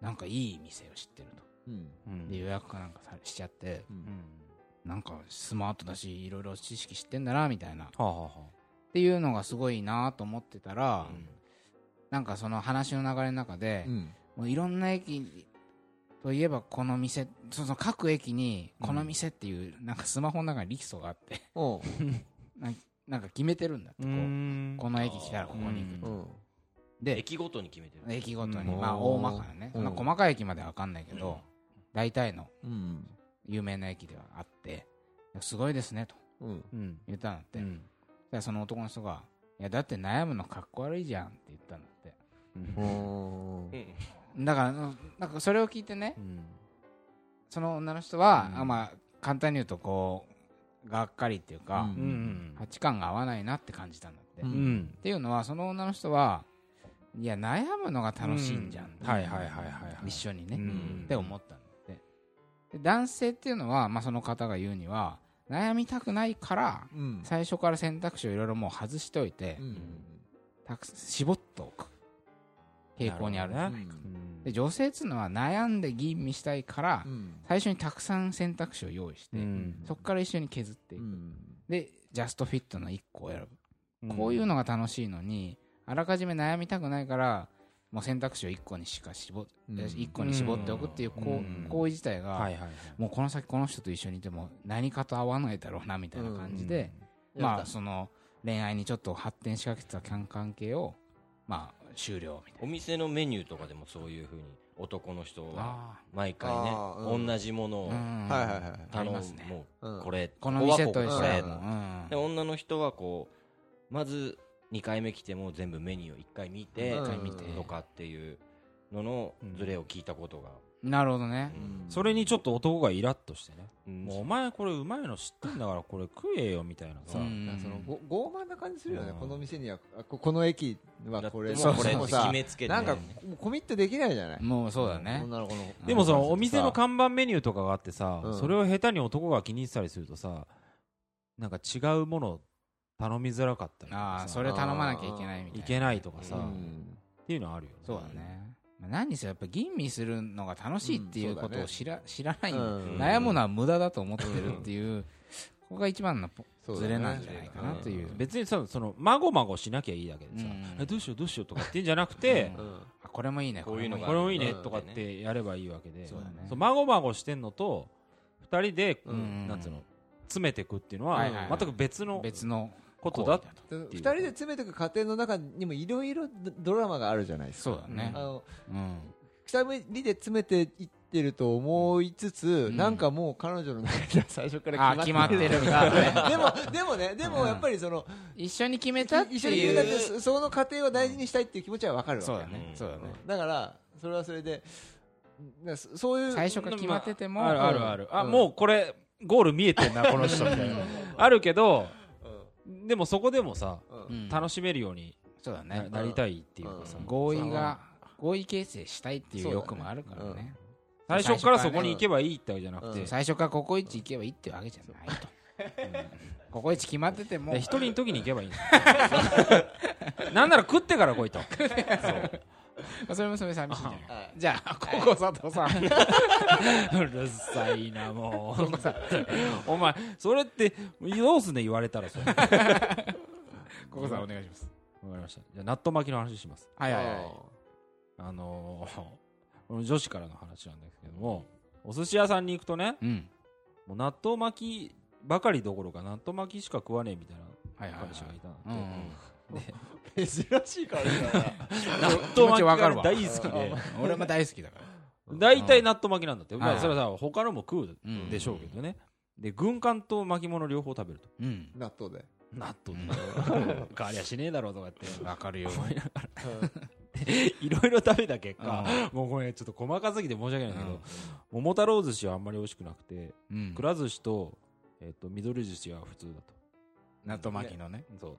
S2: なんかいい店を知ってると
S4: うん
S1: うん
S2: で予約かなんかさしちゃって
S4: う
S1: うんん
S2: なんかスマートだしいろいろ知識知ってんだなみたいなっ
S1: はあはあはあ。
S2: ていうのがすごいなと思ってたら、
S6: うん
S2: なんかその話の流れの中で、
S4: うん
S2: もういろんな駅といえばこの店その各駅にこの店っていう、なんかスマホの中にリストがあって
S4: おう
S2: なんか決めてるんだってこうこの駅来たらここに行く
S4: う
S2: と
S4: ん
S2: で
S6: 駅ごとに決めてる
S2: 駅ごとに
S1: うん
S2: まあ大まかなね
S4: う
S2: そ
S4: ん
S2: んな細かい駅までは分かんないけど大体の
S4: うん
S2: 有名な駅ではあってすごいですねと
S4: うん
S1: うん。
S2: 言ったんだって
S1: う
S2: そし
S1: ん
S2: たらその男の人が「いやだって悩むのかっこ悪いじゃん」って言ったんだって
S4: おー
S6: うん
S2: だからうんなんかそれを聞いてね
S1: うん
S2: その女の人は
S1: うん
S2: あまあ簡単に言うとこうがっかりっていうか
S4: うん
S1: うん
S2: 価値観が合わないなって感じたんだって
S4: う
S2: っ
S1: うんん。
S2: ていうのはその女の人はいや悩むのが楽しいんじゃん
S1: うはいはいはいはいはい。
S2: 一緒にね
S1: うん
S2: って思ったんだってで男性っていうのは、まあ、その方が言うには悩みたくないから
S4: うん
S2: 最初から選択肢をいろいろもう外しておいて、
S4: うん
S2: たく絞っておく傾向にあるんです
S1: な
S4: う
S1: るほどね
S4: ん
S2: で女性っていうのは悩んで吟味したいから、
S4: うん
S2: 最初にたくさん選択肢を用意して、
S1: うん
S2: そこから一緒に削っていく、
S4: うん
S2: でジャストフィットの1個を選ぶ、
S1: うん
S2: こういうのが楽しいのにあらかじめ悩みたくないからもう選択肢を1個にしか絞っ、
S4: うん
S2: 1個に絞っておくっていう
S1: う
S2: 行
S1: ん
S2: 行為自体が、
S1: はいはいはい。
S2: もうこの先この人と一緒にいても何かと合わないだろうなみたいな感じで、
S4: やっ
S2: ま
S4: た
S2: あその恋愛にちょっと発展しかけてた関係をまあ終了みた
S6: お
S2: い
S6: 店のメニューとかでもそういうふうに男の人は
S2: な
S6: 毎回ね
S4: あーうん
S6: 同じもの
S2: あ
S6: を
S2: ーうん
S4: はいはいはい
S2: あ
S6: 頼
S2: り
S6: む
S2: ますね
S6: も
S4: うん
S6: うこれ
S2: この店と一
S6: ここ
S2: 緒
S6: は
S2: で
S6: こここ
S2: も
S6: れ
S4: う
S6: で女の人はこうまず2回目来ても全部メニューを1回見て
S4: うん
S2: 一回見て
S6: とかっていうののズレを聞いたことが、
S2: うんなるほどね
S6: うん
S1: それにちょっと男がイラッとしてね。
S6: うん
S1: もうお前これうまいの知ってんだからこれ食えよみたいなさ。
S2: う
S4: なん
S2: ん
S4: かそのご傲慢な感じするよね
S1: うん
S4: この店にはあここの駅はこれ
S6: だってもう
S4: も
S6: こ
S4: う
S6: れっ
S4: も
S6: て
S4: うさ
S6: 決めつけて
S4: なんかもうコミットできないじゃない
S2: もうそうだね
S4: 女の子の
S1: でもそ
S4: うん
S1: のお店の看板メニューとかがあってさ
S4: うん
S1: それを下手に男が気に入ってたりするとさなんか違うもの頼みづらかったりとか
S2: あ
S1: さ
S2: あそれ頼まなきゃいけないみたい
S1: い
S2: な
S1: けないとかさ
S4: う
S1: っ
S4: ん
S1: ていうのはあるよね
S2: そうだねまあ何にせよやっぱ吟味するのが楽しいっていうことを知ら知らない
S4: うん
S2: 悩むのは無駄だと思ってるっていうここが一番のポ
S4: そうだね
S2: ズレなんじゃないかなという
S1: 別にさそのまごまごしなきゃいいだけでさ
S2: うん
S1: えどうしようどうしようとかってんじゃなく て
S4: う
S2: うん
S4: ん
S2: あこれもいいね
S6: こういうのが
S1: これもいいね
S4: うん
S1: とかってやればいいわけで
S2: そうだね
S1: そうまごまごしてんのと二人で
S4: うん
S1: なんつうの詰めてくっていうの
S2: は
S1: はい
S2: はいは
S1: 全
S2: い
S1: く別の
S2: 別の
S1: ことだ
S2: 行為と
S4: で二人で詰めていく過程の中にもいろいろドラマがあるじゃないですか
S2: そうだね
S4: あの
S2: うん
S4: 二人で詰めていってると思いつつ、
S2: ん
S4: なんかもう彼女の中では最初から
S2: あ
S4: 決
S2: 決
S4: ま
S2: ま
S4: っ
S2: ってて
S4: る
S2: るみたいなね
S4: でもでもねでもやっぱりその、
S2: 一緒に決めたって
S4: 一緒に決めたって
S2: いう
S4: そその過程を大事にしたいっていう気持ちはわかるわけ
S2: そうだね
S6: うん
S2: そうだね
S4: だからそれはそれでなそそういう
S2: 最初から決まってても
S1: あるあるあるあ
S4: うん
S1: もうこれゴール見えてんなこの人みたいな あるけどでもそこでもさ
S4: うん
S2: うん
S1: 楽しめるように
S2: そうだ
S1: な
S2: ね
S1: なりたいっていうかさ
S4: うん
S2: 合意が合意形成したいっていう欲もあるから
S4: そうだ
S2: ね
S4: ね
S1: 最初からそこに行けばいいってわけじゃなく
S4: う
S1: て
S4: ん
S2: 最初からココイチ行けばいいってわけじゃないとうんココイチ決まってても
S1: で一人の時に行けばいいんだ なんなら食ってから来いと
S2: まあそれもそれ寂しいんじゃない
S4: はい
S2: じゃあここ佐藤さん
S1: うるさいなもう お前それってどうすんね言われたらそれわか
S2: ココさんお願いします
S1: りましたじゃあ納豆巻きの話します
S2: はいはいはい
S1: あのーこの女子からの話なんですけどもお寿司屋さんに行くとね
S2: うん
S1: もう納豆巻きばかりどころか納豆巻きしか食わねえみたいな
S2: はいはいはい
S1: 彼氏がいたの
S2: うん
S4: 珍しいカレーだな
S1: 納
S2: 気
S1: 豆
S2: 持
S1: 巻
S2: ち
S1: き
S2: わか
S1: が
S2: るわ
S1: 大好きで
S2: 俺も大好きだから。
S1: 大体納豆巻きなんだって、ま
S2: は
S1: あ、
S2: い
S1: それはさ他のも食うでしょうけどね、で軍艦と巻物両方食べると
S2: うん。
S4: 納豆で
S1: 納豆
S2: うん
S1: ね 変わりゃしねえだろうとかって
S2: わかるよ。
S1: いろいろ食べた結果
S2: う
S1: もうこれちょっと細かすぎて申し訳ないんだけど、
S2: うん
S1: 桃太郎寿司はあんまり美味しくなくて
S2: うん
S1: くら寿司と,、えっと緑寿司は普通だと
S2: 納豆巻きのね。
S1: そう
S2: うん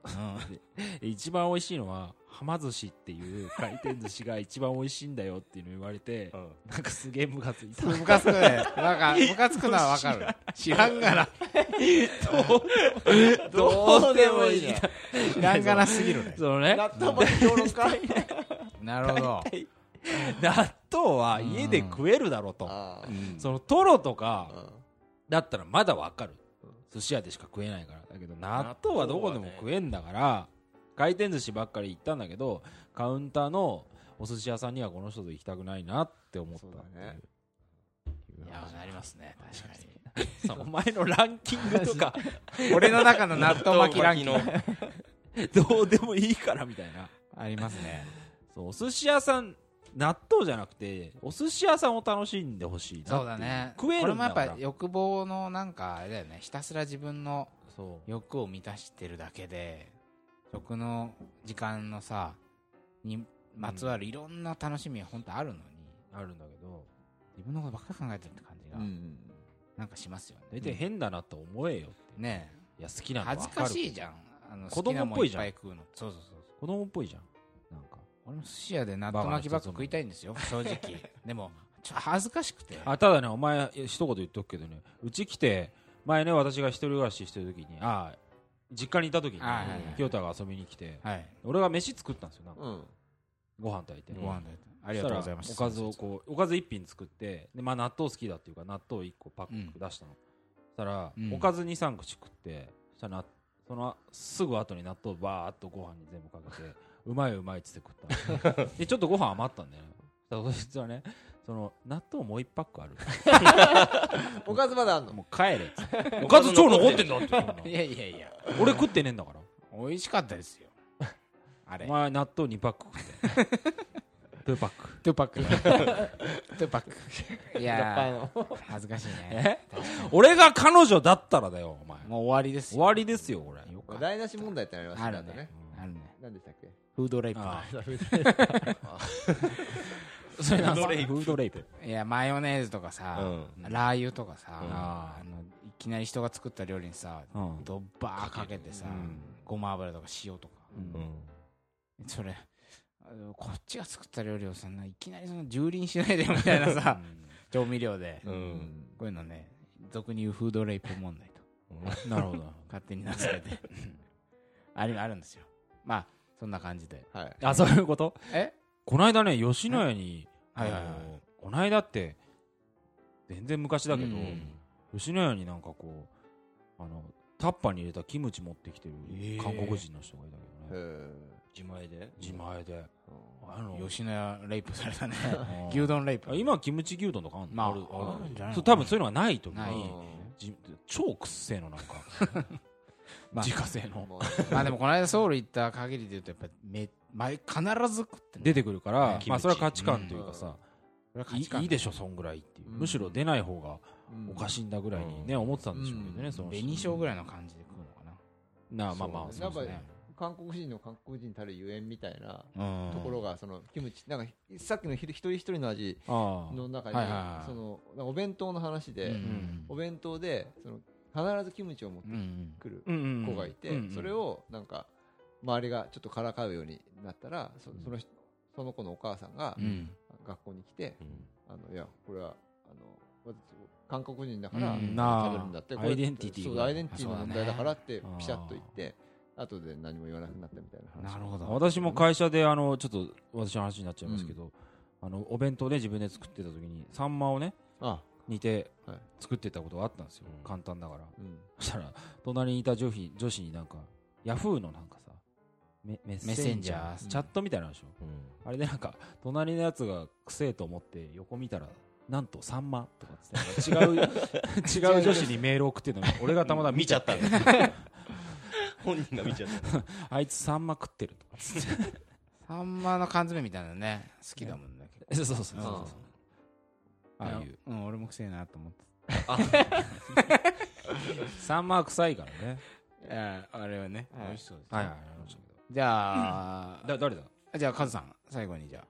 S1: 一番美味しいのははま寿司っていう回転寿司が一番美味しいんだよっていうの言われて、なんかすげえムカついた
S2: ムカつくね。なんか、ムカつくのはわかる。知らんが な。
S1: どうでもいい
S4: な
S2: 知らんがなすぎるね。
S1: そのね
S4: 納豆巻き評論家
S2: なるほど。
S1: 納豆は家で食えるだろうと、
S4: ああ
S2: うん
S1: そのトロと
S4: う
S1: か
S4: ん
S1: だったらまだわかる、寿司屋でしか食えないからだけど納豆はどこでも食えんだから、回転寿司ばっかり行ったんだけどカウンターのお寿司屋さんにはこの人と行きたくないなって思ったってい
S4: そうだね
S1: い
S2: いや、なりますね。確か
S1: うさお前のランキングと か
S2: に。俺の中の納豆巻きランキング
S6: 納。豆巻
S1: どうでもいいからみたいな
S2: ありますね。
S1: そうお寿司屋さん納豆じゃなくてお寿司屋さんを楽しんでほしいなってい
S2: そうだね。
S1: 食え
S2: こ
S1: る
S2: れ
S1: ん
S2: もや
S1: だ
S2: っ
S1: から
S2: ぱ欲望のなんか、あれだよね。ひたすら自分の
S1: そう
S2: 欲を満たしてるだけで、食の時間のさ、にまつわるいろんな楽しみが本当あるのに、
S1: あるんだけど
S2: 自分のことばっか考えてるって感じが
S4: う、ん
S2: なんかしますよね。
S1: 大体変だなと思えよって
S2: ねえ。
S1: いや好きなの
S2: 恥ずかしい
S1: じ
S2: じゃん。あの
S1: 子供っぽいじゃん
S2: 好きなもんいっぱい食うの。そうそうそうそう。
S1: ゃん子供っぽいじゃんなんか
S2: 俺も寿司屋で納豆巻きばっか食いたいんですよ、正直。 でも、ちょっと恥ずかしくて。
S1: あただねお前一言言っとくけどねうち来て前ね私が一人暮らししてる時にああ実家にいた時に
S2: はいはいはい
S1: 清太が遊びに来て
S2: はい。
S1: 俺が飯作ったんですよなんか
S4: うん
S1: ご飯炊いて
S2: ご飯だよありがとうございま
S1: そ
S2: す。
S1: したらおかずをこうおかず一品作ってでまあ納豆好きだっていうから納豆一個パック出したの、そしたら、
S2: うん
S1: おかずに三口食ってそしたらなそのすぐ後に納豆バーっとご飯に全部かけて うまいうまいっつって食ったのでちょっとご飯余ったんだよねそしたらそいつはねその納豆もう一パックある
S4: おかずまだあんの
S1: もう帰れっつってお
S6: お
S1: か
S6: か
S1: ず
S6: ず
S1: 超
S6: 超
S1: 残
S6: 残
S1: っ
S6: ってて
S1: ん
S6: ん
S1: だって
S2: いやいやいや、
S1: 俺食ってねえんだから
S2: 美味しかったですよ。あれ
S1: お。前納豆二パック食って2パック
S2: トゥーパック。トゥーパック。いや
S4: の
S2: ー、恥ずかしいね。
S1: 俺が彼女だったらだよお前
S2: もう終わりです
S1: 終
S2: よ。
S1: わりですよこれよ
S4: 台無し問題ってなりました
S2: あ
S4: ね
S2: る
S4: と
S2: ね
S4: ね。
S2: あるね。
S4: 何でしたっけ
S2: フードレイプ。
S1: あ
S2: それなんすよ
S1: フードレイプ
S2: いや、マヨネーズとかさ、
S6: う
S2: ラー油とかさ、
S6: うん
S2: あの、いきなり人が作った料理にさ、
S1: うん
S2: ドッバーかけてさ、ごま油とか塩とか。 それ、あのこっちが作った料理をそんないきなりその蹂躙しないでよみたいなさ、 調味料で。
S6: うん
S2: こういうのね、俗に言うフードレイプ問題 と。
S1: なるほど
S2: 勝手に名付けて。 ある、あるんですよ。まあ、そんな感じで。
S4: はい
S1: あそういうこと
S2: え
S1: この間ね吉野家に
S2: はいはいは
S1: あ
S2: い
S1: のこの間って全然昔だけど
S2: うん
S1: 吉野家になんかこうあのタッパーに入れたキムチ持ってきてる
S2: えー
S1: 韓国人の人がいたけどね
S4: へ
S6: 自前で
S1: 自前であの
S2: 吉野家レイプされたね。
S1: うん
S2: 牛丼レイプ。
S1: あ今はキムチ牛丼とかあんの
S2: まあ
S1: る
S2: あるんじゃない
S1: そう多分そういうのがない時
S2: ない
S1: にじ超くっせえのなんか
S2: まあ
S1: 自家製の
S4: も
S2: まあでもこの間ソウル行った限りで言うと、やっぱめ、毎必ず食って
S1: 出てくるから
S6: キムチ
S1: まあそれは価値観というか
S4: う
S1: さ
S2: る。
S1: いいいでしょそんぐらいっていう
S4: うん
S1: むしろ出ない方が
S4: うん
S1: おかしいんだぐらいにね、思ってたんでしょうけどね、
S4: うん
S1: その人
S2: 紅生ぐらいの感じで食うのかな。
S1: なあまあまあ
S4: そ
S1: そううで
S4: ね
S1: す
S4: やっ
S1: ね
S4: 韓国人の韓国人たるゆえんみたいな
S2: うん
S4: ところがそのキムチなんかさっきのひ一人一人の味
S1: ああ
S4: の中に
S2: はいはいはい
S4: そのなんかお弁当の話
S2: う
S4: で
S2: ん
S4: お弁当でその必ずキムチを持って
S2: うん
S4: くる
S1: うんうん
S4: 子がいて
S1: うんうん
S4: それをなんか周りがちょっとからかうようになったらそその人その子のお母さんが
S2: うん。
S4: 学校に来て
S6: うん
S4: あのいやこれはあの私韓国人だから
S2: うん
S1: なあ
S4: 食べるんだってこれ
S1: アイデンティティ
S4: そう
S1: が
S4: アイデンティティの問題だからって
S1: そうだね
S4: ピシャッと言って後で何も言わなくなったみたいな話
S2: なるほど。
S1: 私も会社であのちょっと私の話になっちゃいますけど、あのお弁当で自分で作ってた時にサンマをね
S4: あ
S1: 煮て
S4: はい
S1: 作ってたことがあったんですよ、
S6: うん
S1: 簡単だから
S4: うん
S1: そしたら隣にいた女子女子になんかヤフーのなんかさメメッ
S2: メッ
S1: セ
S2: セ
S1: ン
S2: ン
S1: ジ
S2: ジ
S1: ャー、
S2: ャー
S1: チャットみたいなのあるでしょ
S6: うん
S1: あれでなんか隣のやつがくせえと思って横見たらなんとサンマとかっつってなんか違う違う女子にメール送ってるのに俺がたまたま見ちゃったんだ
S6: 本人が見ちゃった。
S1: あいつサンマ食ってる とかつって
S2: サンマの缶詰みたいなのね好きだもんね結
S1: そうそうそうそう
S2: 構
S1: そうああいう
S2: うん俺もくせえなと思って
S1: サンマは臭いからね
S2: ああれはね
S4: はい
S2: 美味しそうですね
S1: はいはいありましたけど
S2: じゃあ
S1: だ誰だ
S2: じゃあカズさん最後にじゃ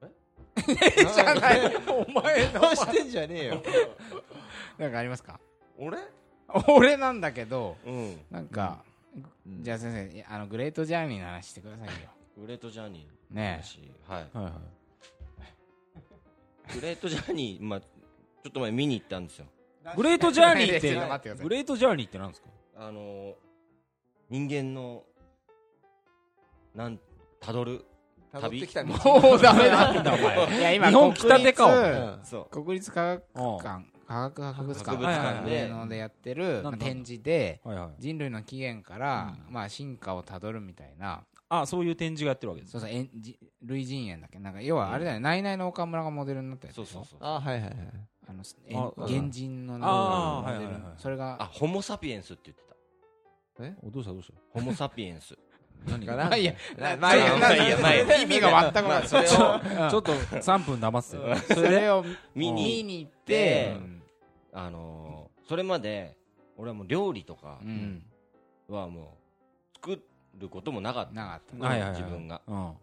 S4: じゃない
S6: お前の
S4: 出してんじゃねえよ
S2: あなんかありますか
S6: 俺
S2: 俺なんだけど
S6: うん。
S2: なんかじゃあ先生あのグレートジャーニーの話してくださいよ
S6: グレートジャーニー
S2: ね
S6: だ
S2: え
S6: し、はい。
S1: はいはい
S6: グレートジャーニー、まあ、ちょっと前見に行ったんですよ。
S1: グレートジャーニーっ
S2: ちょっと 待ってくだ
S1: て
S2: さい
S1: グレートジャーニーってなんですか
S6: あの、人間の、なん、たどる。
S4: 辿ってきた
S6: 旅
S4: 道
S2: もうダメなんだお前いや今
S1: 日本北
S2: 国立
S1: 手かお
S6: そう。
S2: 国立科学
S1: ああ
S2: 館科学博物館
S6: 博物館
S1: はい
S6: で
S2: 上野でやってる
S1: なんだ
S2: まあ展示で
S1: はいはい
S2: 人類の起源から、まあ、進化をたどるみたいな
S1: あそういう展示がやってるわけです
S2: そうそうえんじ類人猿だっけなんか要はあれだよね、ナイナイの岡村がモデルになったやつ
S6: そ
S2: で
S6: う
S2: し
S6: そ
S2: ょ
S6: うそう。
S4: あはいはいはい
S2: あのすえ
S1: あ
S2: 原人のなん
S1: あ
S2: か
S1: ー
S2: モデル
S1: はいはいはい
S2: それ
S6: あ、
S2: が
S6: ホモサピエンスって言ってた。
S1: おどうしたどうした
S6: ホモサピエンス。
S1: 何が
S2: あいや
S4: な
S2: まあいいや
S6: まあいいやまあいいや
S2: それ意味が全く
S6: ま
S2: な
S6: あ
S2: い
S6: それを
S1: ちょっと3分黙ってて
S2: それを見
S6: 見に、
S2: に行って
S1: うん
S6: あのー、それまで、俺はもう料理とか
S2: うん
S6: はもう、作ることもなかった。
S2: なかった
S1: はいはいはい
S6: 自分が。
S1: うん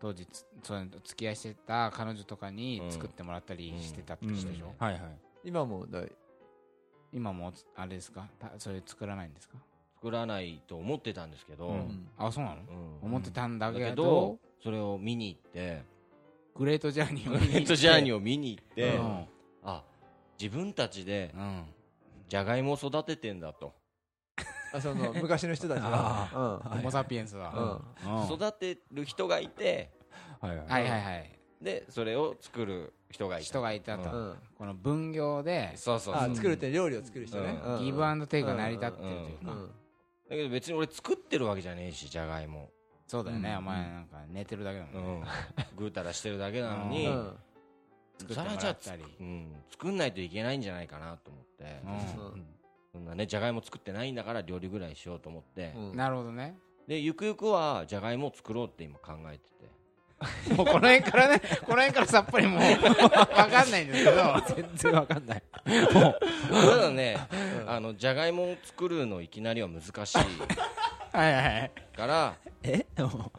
S2: 当時つそう付き合いしてた彼女とかに
S6: うん
S2: 作ってもらったりしてたって
S1: うん
S2: 人でしょ、
S1: はいはい
S4: 今もだい
S2: 今もうあれですかたそれ作らないんですか
S6: 作らないと思ってたんですけど、
S1: う
S4: うんん
S2: あそうなの、
S6: うん
S2: 思ってたんだ
S6: だ
S2: け
S6: け
S2: ど
S6: ど、それを見に行って、
S2: グレートジャーニー
S6: グレートジャーニ
S2: を
S6: ーを見に行っ
S2: 見
S6: て、
S2: に行って
S6: あ、自分たちで
S2: うん、うん
S6: じゃがいもを育ててんだと。
S4: あその昔の人たちが
S2: ホモ・サピエンスだ、
S4: うんうん
S2: うんは
S6: 育てる人がいて、
S1: はいはい
S2: いはいはい
S6: で、それを作る人がいた。
S2: 人がいたと、
S4: うんうん
S2: この分業で
S6: そうそうそう
S4: あ作るって料理を作る人ね
S6: うん
S2: ギブアンドテイクが成り立ってるという
S4: う
S2: か、
S4: ん
S6: だけど別に俺作ってるわけじゃねえし、じゃがいも。
S2: そうだよね、
S4: うん
S2: お前なんか寝てるだけだもん
S6: う
S2: ね、
S6: ん。ぐうたらしてるだけなの
S4: う
S6: に、
S4: ん
S2: 作って
S6: そ
S2: もら
S6: れは
S2: っ
S6: じゃあ
S2: たり、
S6: うん、作んないといけないんじゃないかなと思って、
S2: う
S6: そんなね、じゃがいも作ってないんだから料理ぐらいしようと思って、
S4: うん
S2: ん、なるほどね
S6: で、ゆくゆくはじゃがいもを作ろうって今考えてて。
S2: もうこの辺からねこの辺からさっぱりもう分かんないんですけど
S1: 全然わかんない
S6: ただね、あの、じゃがいもを作るのいきなりは難しい
S2: はいはい
S6: から、
S1: え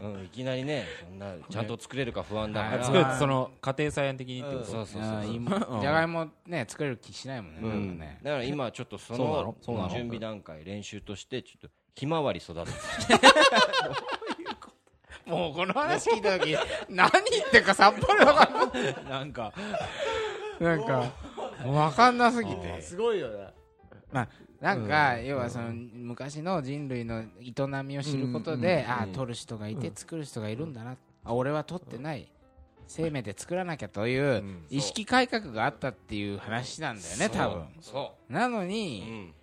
S6: うん、いきなりね、そんな、ちゃんと作れるか不安だか
S2: あ
S6: ら。
S2: 作れる
S1: その家庭菜園的にってこ
S6: そ
S1: と
S6: うそうそう。
S2: うん
S1: 今
S2: じゃがいもね作れる気しないもんね,、
S6: うん
S2: なんかね
S6: だから今ちょっとそ
S1: そうなの
S6: の
S1: そうなの
S6: 準備段階練習としてちょっとひまわり育てて
S2: もうこの話聞いた時 何言ってるかさっぱり分かんない
S1: なんか
S2: なんか分かんなすぎて
S4: すごいよね
S2: なんか、要はその昔の人類の営みを知ることで、ああ取る人がいて作る人がいるんだな、あ俺は取ってない、生命で作らなきゃという意識改革があったっていう話なんだよね多分
S6: そ
S2: なの
S6: う、う
S2: に、
S6: ん、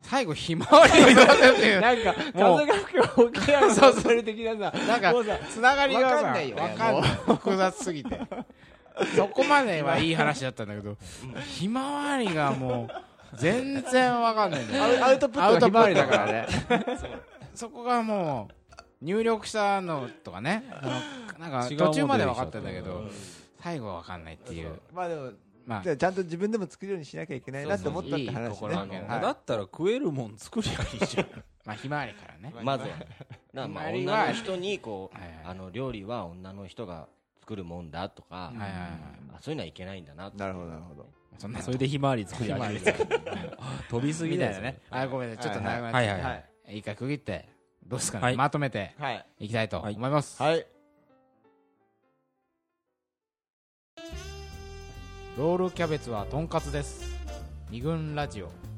S2: 最後ひまわりを言わせるっていう
S1: なんか
S2: もう
S1: 風が吹くおけやろそうそれ的なさ
S2: なんか
S1: もうさ
S2: つながりがさ
S4: わかんないよね
S2: わかんない複雑すぎてそこまではいい話だったんだけどひまわりがもう全然わかんないんだよ
S4: アウトプットがひまわりだからね
S2: そこがもう入力したのとかねそのなんか
S1: 違う
S2: 途中まで分かったんだけ
S1: モデ
S2: ど最後は分かんないっていう
S4: まあでも
S2: まあ
S4: じゃあちゃんと自分でも作るようにしなきゃいけないなって思ったって
S2: いい
S4: 話
S2: 心が
S4: ね
S2: け
S6: ね
S1: だったら食えるもん作りゃいいじ ゃん
S2: まあひまわりからね
S6: まずはだからまあ
S2: ひまわりは
S6: 女の人にこう、
S2: はいはい
S6: あの料理は女の人が作るもんだとか、
S2: はいはいはい
S6: あそういうのはいけないんだなって
S4: なるほどなるほど
S2: そんな
S1: それでひまわり作りゃいいじゃん飛びすぎ
S2: みたい
S1: だ
S2: な
S1: よ
S2: ね
S1: ね
S2: あごめんねちょっと長くなっちゃった
S1: はいはい
S4: は
S1: はい
S2: いいか区切ってどうですか
S1: は
S2: ね
S1: い
S2: まとめて
S4: はい
S2: いきたいと思
S1: はい
S2: います
S4: はい
S2: ロールキャベツはとんかつです二軍ラジオ